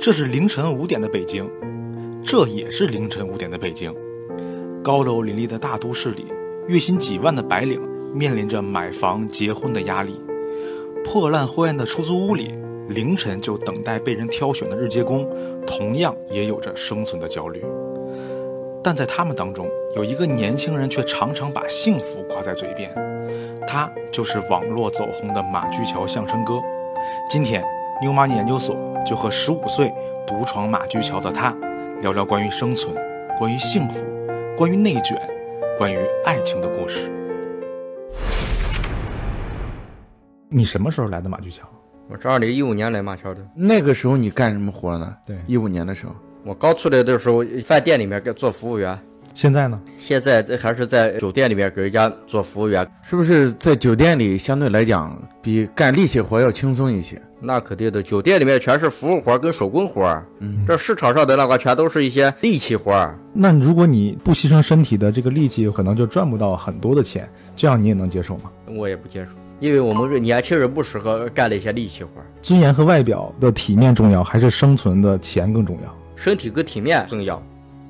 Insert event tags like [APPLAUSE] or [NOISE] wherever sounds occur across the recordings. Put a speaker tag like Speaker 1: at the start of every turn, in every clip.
Speaker 1: 这是凌晨五点的北京，这也是凌晨五点的北京。高楼林立的大都市里，月薪几万的白领面临着买房、结婚的压力；破烂灰暗的出租屋里，凌晨就等待被人挑选的日结工，同样也有着生存的焦虑。但在他们当中，有一个年轻人却常常把幸福挂在嘴边，他就是网络走红的马驹桥相声哥。今天，妞妈咪研究所就和十五岁独闯马驹桥的他，聊聊关于生存、关于幸福、关于内卷、关于爱情的故事。你什么时候来的马驹桥？
Speaker 2: 我是二零一五年来马桥的。
Speaker 3: 那个时候你干什么活呢？
Speaker 1: 对
Speaker 3: 一五年的时候，
Speaker 2: 我刚出来的时候，饭店里面给做服务员，
Speaker 1: 现在呢？
Speaker 2: 现在这还是在酒店里面给人家做服务员，
Speaker 3: 是不是在酒店里相对来讲比干力气活要轻松一些？
Speaker 2: 那肯定的。酒店里面全是服务活儿跟手工活儿，这市场上的那个全都是一些力气活儿。
Speaker 1: 那如果你不牺牲身体的这个力气，可能就赚不到很多的钱，这样你也能接受吗？
Speaker 2: 我也不接受，因为我们这年轻人不适合干那些力气活儿，
Speaker 1: 尊严和外表的体面重要，还是生存的钱更重要？
Speaker 2: 身体跟体面重要。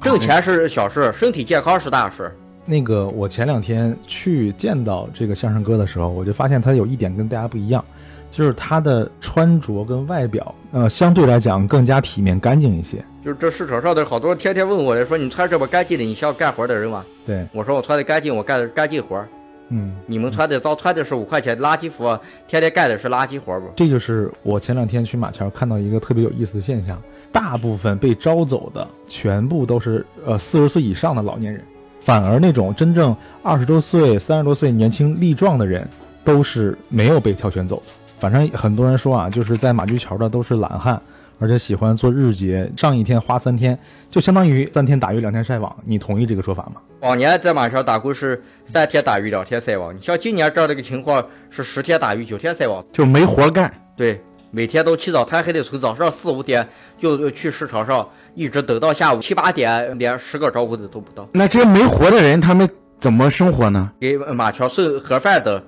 Speaker 2: 挣钱是小事，身体健康是大事。
Speaker 1: 那个，我前两天去见到这个相声哥的时候，我就发现他有一点跟大家不一样，就是他的穿着跟外表，呃，相对来讲更加体面干净一些。
Speaker 2: 就是这市场上的好多人天天问我说：“你穿这么干净的，你像干活的人吗
Speaker 1: 对？”，
Speaker 2: 我说：“我穿的干净，我干的是干净活儿。”
Speaker 1: 嗯，
Speaker 2: 你们穿的糟，穿的是五块钱垃圾服，啊天天干的是垃圾活不？
Speaker 1: 这就是我前两天去马桥看到一个特别有意思的现象，大部分被招走的全部都是呃四十岁以上的老年人，反而那种真正二十多岁、三十多岁年轻力壮的人，都是没有被挑选走的。反正很多人说啊，就是在马驹桥的都是懒汉，而且喜欢做日结，上一天花三天，就相当于三天打鱼两天晒网。你同意这个说法吗？
Speaker 2: 往年在马桥打工是三天打鱼两天晒网，你像今年这样的一个情况是十天打鱼九天晒网，
Speaker 3: 就没活干，
Speaker 2: 对，每天都起早贪黑的，从早上四五点就去市场上，一直等到下午七八点，连十个招呼的都不到。
Speaker 3: 那这些没活的人他们怎么生活呢？
Speaker 2: 给马桥送盒饭的，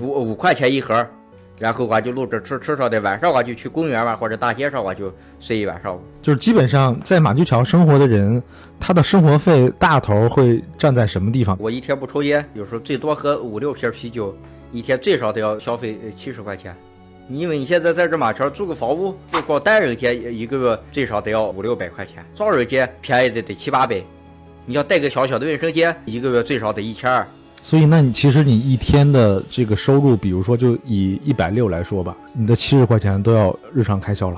Speaker 2: 五五块钱一盒，然后俺就露着吃吃上的，晚上俺就去公园玩或者大街上俺就睡一晚上。
Speaker 1: 就是基本上在马驹桥生活的人，他的生活费大头会站在什么地方？
Speaker 2: 我一天不抽烟，有时候最多喝五六瓶啤酒，一天最少得要消费呃七十块钱。因为你现在在这马桥租个房屋，就光单人间一个月最少得要五六百块钱，双人间便宜的得七八百。你要带个小小的卫生间，一个月最少得一千二。
Speaker 1: 所以，那你其实你一天的这个收入，比如说就以一百六来说吧，你的七十块钱都要日常开销了，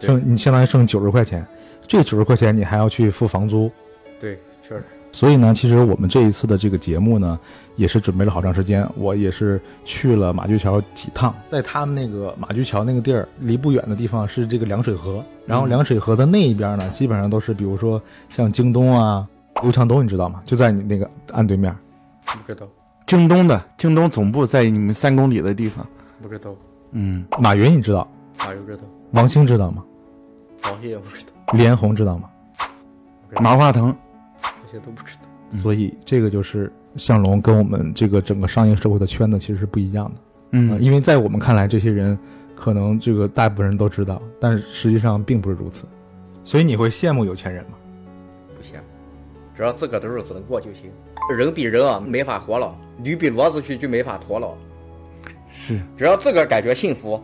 Speaker 2: 对
Speaker 1: 剩你相当于剩九十块钱，这九十块钱你还要去付房租。
Speaker 2: 对，确实。
Speaker 1: 所以呢，其实我们这一次的这个节目呢，也是准备了好长时间。我也是去了马驹桥几趟，在他们那个马驹桥那个地儿，离不远的地方是这个凉水河，然后凉水河的那一边呢，基本上都是比如说像京东啊、刘强东，你知道吗？就在你那个岸对面。
Speaker 2: 不知道，
Speaker 3: 京东的京东总部在你们三公里的地方，
Speaker 2: 不知道，
Speaker 3: 嗯，
Speaker 1: 马云你知道，
Speaker 2: 哪就知道，
Speaker 1: 王兴知道吗？
Speaker 2: 王爷也不知道，
Speaker 1: 连红知道吗？
Speaker 3: 马化腾，
Speaker 2: 这些都不知道。
Speaker 1: 所以这个就是向龙跟我们这个整个商业社会的圈子其实是不一样的。呃
Speaker 3: 嗯，
Speaker 1: 因为在我们看来，这些人可能这个大部分人都知道，但是实际上并不是如此。所以你会羡慕有钱人吗？
Speaker 2: 不行，只要自个儿的日子能过就行。人比人啊，没法活了；驴比骡子去就没法驮了。
Speaker 3: 是
Speaker 2: 只要自个儿感觉幸福，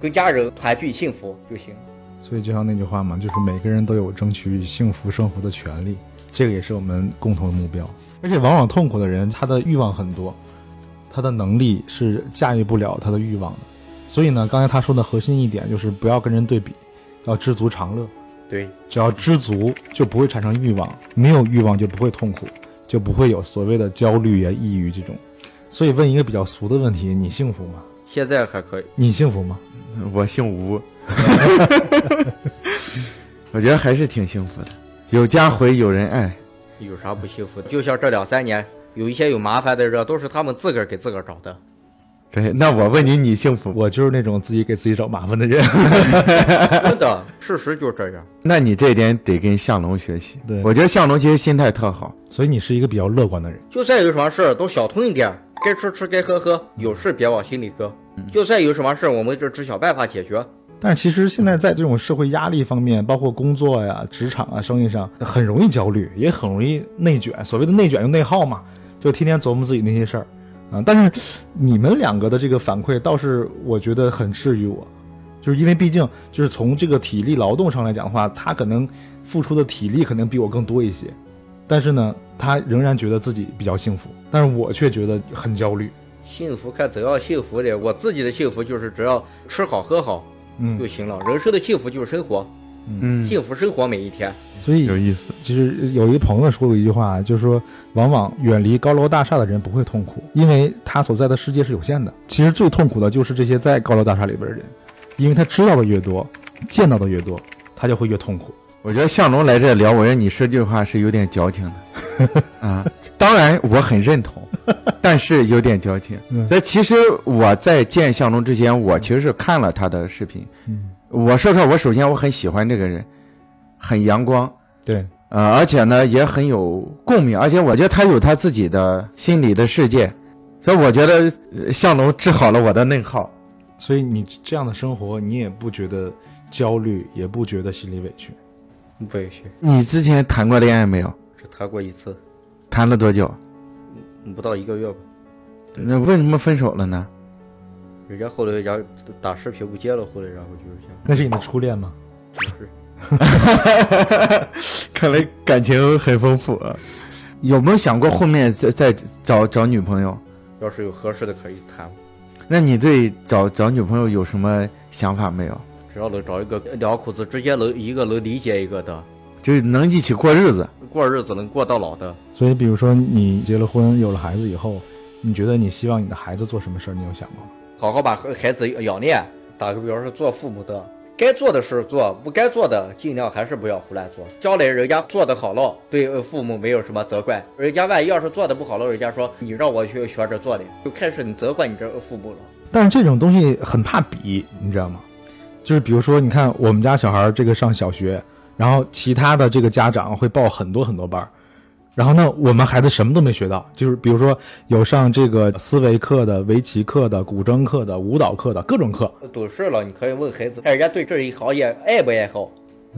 Speaker 2: 跟家人团聚幸福就行。
Speaker 1: 所以就像那句话嘛，就是每个人都有争取幸福生活的权利，这个也是我们共同的目标。而且往往痛苦的人，他的欲望很多，他的能力是驾驭不了他的欲望的。所以呢，刚才他说的核心一点就是不要跟人对比，要知足常乐。
Speaker 2: 对，
Speaker 1: 只要知足，就不会产生欲望；没有欲望，就不会痛苦，就不会有所谓的焦虑呀、抑郁这种。所以，问一个比较俗的问题：你幸福吗？
Speaker 2: 现在还可以。
Speaker 1: 你幸福吗？
Speaker 3: 我姓 [LAUGHS] 吴，我觉得还是挺幸福的，有家回有人爱，
Speaker 2: 有啥不幸福的？就像这两三年，有一些有麻烦的人，都是他们自个儿给自个儿找 [LAUGHS] 的。
Speaker 3: 对，那我问你，你幸福吗？
Speaker 1: 我就是那种自己给自己找麻烦的人。 [LAUGHS]
Speaker 2: 真的，事实就是这样。
Speaker 3: 那你这一点得跟向龙学习。
Speaker 1: 对
Speaker 3: 我觉得向龙其实心态特好，
Speaker 1: 所以，你是一个比较乐观的人。
Speaker 2: 就算有什么事儿，都小通一点，嗯该吃吃，该喝喝，有事别往心里搁。就算有什么事儿，我们就只想办法解决，
Speaker 1: 但是其实现在在这种社会压力方面，包括工作呀、职场啊、生意上，很容易焦虑，也很容易内卷。所谓的内卷就内耗嘛，就天天琢磨自己那些事儿啊。但是你们两个的这个反馈倒是我觉得很治愈我，就是因为毕竟就是从这个体力劳动上来讲的话，他可能付出的体力可能比我更多一些，但是呢，他仍然觉得自己比较幸福，但是我却觉得很焦虑。
Speaker 2: 幸福看怎样幸福的，我自己的幸福就是只要吃好喝好
Speaker 1: 嗯
Speaker 2: 就行了。人生的幸福就是生活，
Speaker 3: 嗯，
Speaker 2: 幸福生活每一天。
Speaker 1: 所以
Speaker 4: 有意思。
Speaker 1: 其实有一朋友说过一句话，就是说，往往远离高楼大厦的人不会痛苦，因为他所在的世界是有限的。其实最痛苦的就是这些在高楼大厦里边的人，因为他知道的越多，见到的越多，他就会越痛苦。
Speaker 3: 我觉得向龙来这聊，我觉得你说这句话是有点矫情
Speaker 4: [LAUGHS]
Speaker 3: 的啊。当然，我很认同，但是有点矫情。
Speaker 1: 嗯
Speaker 3: 所以其实我在见向龙之前，我其实是看了他的视频。
Speaker 1: 嗯，
Speaker 3: 我说实话，我首先我很喜欢这个人，很阳光，
Speaker 1: 对，
Speaker 3: 呃，而且呢也很有共鸣，而且我觉得他有他自己的心理的世界，所以我觉得呃向龙治好了我的内耗。
Speaker 1: 所以你这样的生活，你也不觉得焦虑，也不觉得心里委屈。
Speaker 2: 不允许，
Speaker 3: 你之前谈过恋爱没有？
Speaker 2: 只谈过一次，
Speaker 3: 谈了多久？
Speaker 2: 不到一个月吧。
Speaker 3: 那为什么分手了呢？
Speaker 2: 人家后来人家打视频不接了，后来然后就是想，
Speaker 1: 那是你的初恋吗？
Speaker 2: 就是
Speaker 3: 看来感情很丰富啊。有没有想过后面再再找找女朋友？
Speaker 2: 要是有合适的可以谈，
Speaker 3: 那你对找找女朋友有什么想法没有？
Speaker 2: 只要能找一个两口子之间能一个能理解一个的，
Speaker 3: 就是能一起过日子？
Speaker 2: 过日子能过到老的，
Speaker 1: 所以，比如说你结了婚，有了孩子以后，你觉得你希望你的孩子做什么事儿？你有想过吗？
Speaker 2: 好好把孩子养练。打个比方说，做父母的该做的事做，不该做的尽量还是不要胡乱做。将来人家做的好了，对呃父母没有什么责怪。人家万一要是做的不好了，人家说你让我去学着做的，就开始你责怪你这父母了。
Speaker 1: 但是这种东西很怕比，你知道吗？就是比如说，你看我们家小孩儿这个上小学，然后其他的这个家长会报很多很多班儿，然后呢，我们孩子什么都没学到，就是比如说有上这个思维课的、围棋课的、古筝课的、舞蹈课的各种课，
Speaker 2: 懂事了，你可以问孩子，哎看人家对这一行业爱不爱好。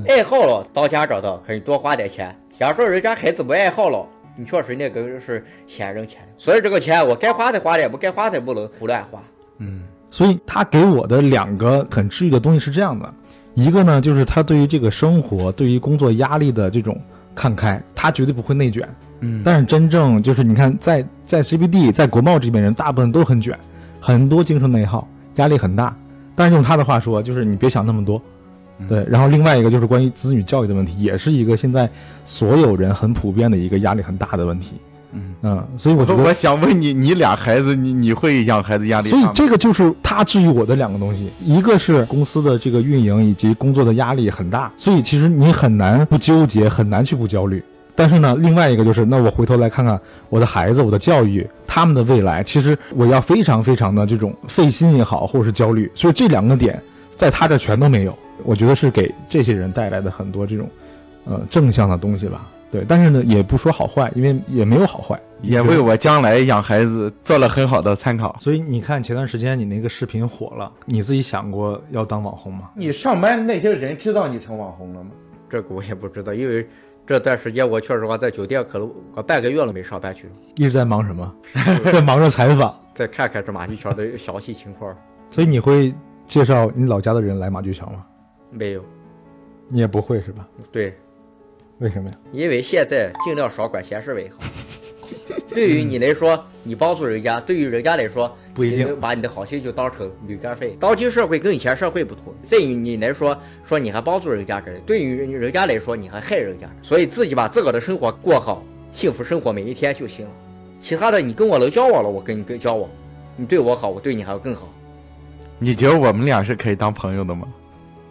Speaker 2: 爱好了，当家长的可以多花点钱。假如说人家孩子不爱好了，你确实那个是闲人钱。所以这个钱我该花的花点，不该花的不能胡乱花。
Speaker 3: 嗯，
Speaker 1: 所以他给我的两个很治愈的东西是这样的，一个呢就是他对于这个生活、对于工作压力的这种看开，他绝对不会内卷。
Speaker 3: 嗯
Speaker 1: 但是真正就是你看在，在 CBD 在国贸这边人大部分都很卷，很多精神内耗，压力很大。但是用他的话说，就是你别想那么多。
Speaker 3: 嗯
Speaker 1: 对，然后另外一个就是关于子女教育的问题，也是一个现在所有人很普遍的一个压力很大的问题。
Speaker 3: 嗯
Speaker 1: 所以我觉得
Speaker 3: [LAUGHS] 我想问你，你俩孩子，你你会养孩子压力
Speaker 1: 所
Speaker 3: 大
Speaker 1: 以
Speaker 3: 吗？
Speaker 1: 这个就是他治愈我的两个东西，一个是公司的这个运营以及工作的压力很大，所以其实你很难不纠结，很难去不焦虑。但是呢，另外一个就是，那我回头来看看我的孩子、我的教育、他们的未来，其实我要非常非常的这种费心也好，或者是焦虑，所以这两个点在他这全都没有。我觉得是给这些人带来的很多这种，呃，正向的东西吧。对，但是呢，也不说好坏，因为也没有好坏，
Speaker 3: 也为我将来养孩子做了很好的参考。
Speaker 1: 所以你看，前段时间你那个视频火了，你自己想过要当网红吗？
Speaker 3: 你上班那些人知道你成网红了吗？
Speaker 2: 这个我也不知道，因为这段时间我确实话在酒店可能我半个月了没上班去了，
Speaker 1: 一直在忙什 [LAUGHS] 么？在忙着采访。
Speaker 2: 再看看这马戏桥的详细情况。
Speaker 1: 所以你会介绍你老家的人来马剧桥吗？
Speaker 2: 没有，
Speaker 1: 你也不会是吧？
Speaker 2: 对，
Speaker 1: 为什么呀？
Speaker 2: 因为现在尽量少管闲事为好。 [LAUGHS] 对于你来说，你帮助人家；对于人家来说，
Speaker 1: 不一定
Speaker 2: 你把你的好心就当成驴肝肺。当今社会跟以前社会不同，对于你来说，说你还帮助人家这，对于人人家来说，你还害人家。所以自己把自个儿的生活过好，幸福生活每一天就行了。其他的，你跟我能交往了，我跟你跟交往；你对我好，我对你还要更好。
Speaker 3: 你觉得我们俩是可以当朋友的吗？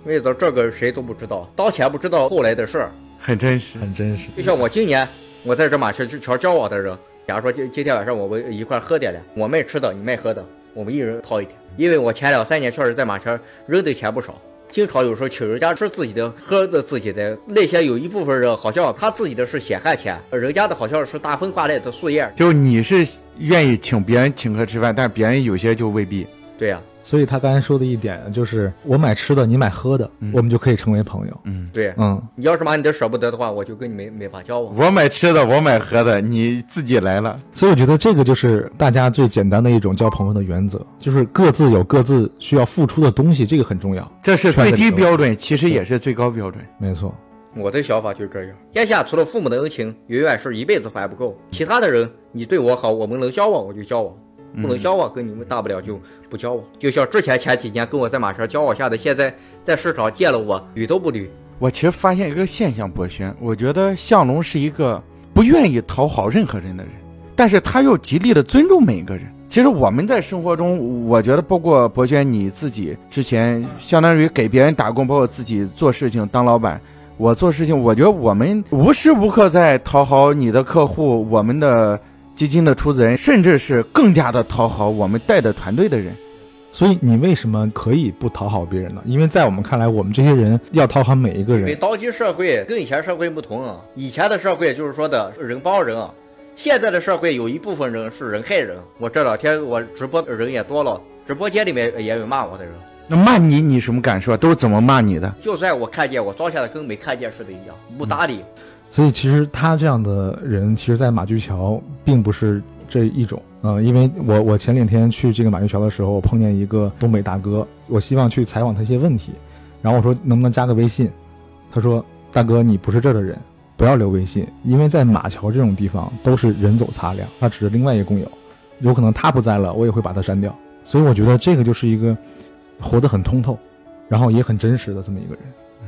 Speaker 2: 为了这个谁都不知道，当前不知道后来的事儿。
Speaker 3: 很真实。
Speaker 1: 很真实。
Speaker 2: 就像我今年我在这马车桥交往的人，假如说今今天晚上我们一块儿喝点了，我卖吃的，你卖喝的，我们一人掏一点。因为我前两三年确实在马车扔的钱不少，经常有时候请人家吃自己的，喝的自己的。那些有一部分人好像他自己的是血汗钱，人家的好像是大风刮来的树叶。
Speaker 3: 就你是愿意请别人请客吃饭，但别人有些就未必。
Speaker 2: 对呀、
Speaker 1: 所以他刚才说的一点就是，我买吃的，你买喝的，我们就可以成为朋友。
Speaker 3: 嗯，
Speaker 2: 对，
Speaker 1: 嗯，
Speaker 2: 你要是把你的舍不得的话，我就跟你没没法交往。
Speaker 3: 我买吃的，我买喝的，你自己来了。
Speaker 1: 所以我觉得这个就是大家最简单的一种交朋友的原则，就是各自有各自需要付出的东西，这个很重要。
Speaker 3: 这是最低
Speaker 1: 圈子里头
Speaker 3: 标准，其实也是最高标准。
Speaker 1: 没错，
Speaker 2: 我的想法就是这样。天下除了父母的恩情，永远是一辈子还不够。其他的人，你对我好，我们能交往我就交往，不能交往跟你们大不了就不交往。就像之前前几年跟我在马车交往下的，现在在市场见了我捋都不捋。
Speaker 3: 我其实发现一个现象，博轩，我觉得向龙是一个不愿意讨好任何人的人，但是他又极力的尊重每一个人。其实我们在生活中，我觉得包括博轩你自己之前，相当于给别人打工，包括自己做事情当老板，我做事情，我觉得我们无时无刻在讨好你的客户，我们的基金的出资人，甚至是更加的讨好我们带的团队的人。
Speaker 1: 所以你为什么可以不讨好别人呢？因为在我们看来，我们这些人要讨好每一个
Speaker 2: 因为
Speaker 1: 人。
Speaker 2: 当今社会跟以前社会不同啊，以前的社会就是说的人帮人啊，现在的社会有一部分人是人害人。我这两天我直播的人也多了，直播间里面也有骂我的人。
Speaker 3: 那骂你，你什么感受啊？都是怎么骂你的？
Speaker 2: 就算我看见，我装下的跟没看见似的一样，不搭理。
Speaker 1: 所以其实他这样的人，其实，在马驹桥并不是这一种。嗯，因为我我前两天去这个马驹桥的时候，我碰见一个东北大哥，我希望去采访他一些问题，然后我说能不能加个微信，他说大哥你不是这儿的人，不要留微信，因为在马桥这种地方都是人走茶凉，他只是另外一个工友，有可能他不在了，我也会把他删掉。所以我觉得这个就是一个活得很通透，然后也很真实的这么一个人。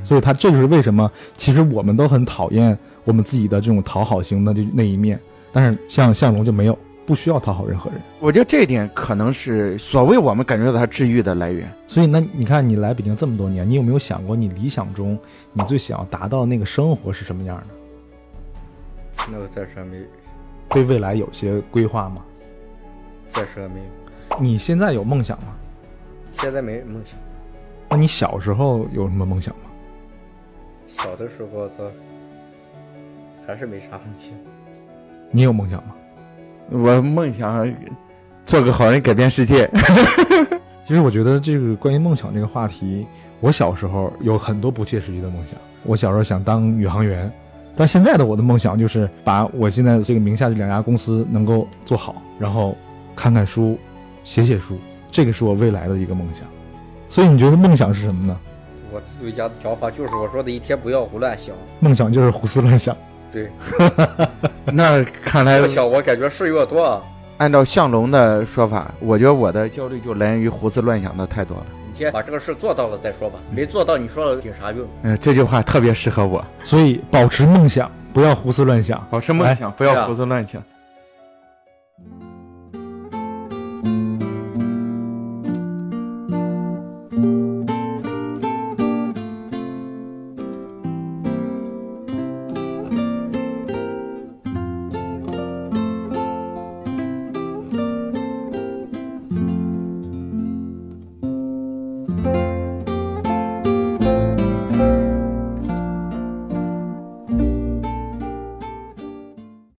Speaker 1: 所以他这就是为什么，其实我们都很讨厌我们自己的这种讨好型的这那一面，但是像向荣就没有，不需要讨好任何人。
Speaker 3: 我觉得这一点可能是所谓我们感觉到他治愈的来源。
Speaker 1: 所以那你看，你来北京这么多年，你有没有想过，你理想中你最想要达到的那个生活是什么样的？
Speaker 2: 那个暂时还没，
Speaker 1: 对未来有些规划吗？
Speaker 2: 暂时还没有，
Speaker 1: 你现在有梦想吗？
Speaker 2: 现在没梦想。
Speaker 1: 那你小时候有什么梦想吗？
Speaker 2: 小的时候这还是没啥梦想，
Speaker 1: 你有梦想吗？
Speaker 3: 我梦想做个好人，改变世 [LAUGHS] 界。
Speaker 1: 其实我觉得这个关于梦想这个话题，我小时候有很多不切实际的梦想。我小时候想当宇航员，但现在的我的梦想就是把我现在这个名下这两家公司能够做好，然后看看书，写写书，这个是我未来的一个梦想。所以你觉得梦想是什么呢？
Speaker 2: 我最佳的想法就是我说的一天不要胡乱想。
Speaker 1: 梦想就是胡思乱想。 [LAUGHS]
Speaker 2: 对，
Speaker 3: 那看来
Speaker 2: 我想我感觉事越多啊，
Speaker 3: 按照向龙的说法，我觉得我的焦虑就来源于胡思乱想的太多了。
Speaker 2: 你先把这个事做到了再说吧，没做到你说了有啥用？
Speaker 3: 嗯、这句话特别适合我。
Speaker 1: 所以保持梦想，不要胡思乱想。
Speaker 3: 保持梦想，不
Speaker 2: 对
Speaker 3: 要
Speaker 2: 啊
Speaker 3: 胡思乱想。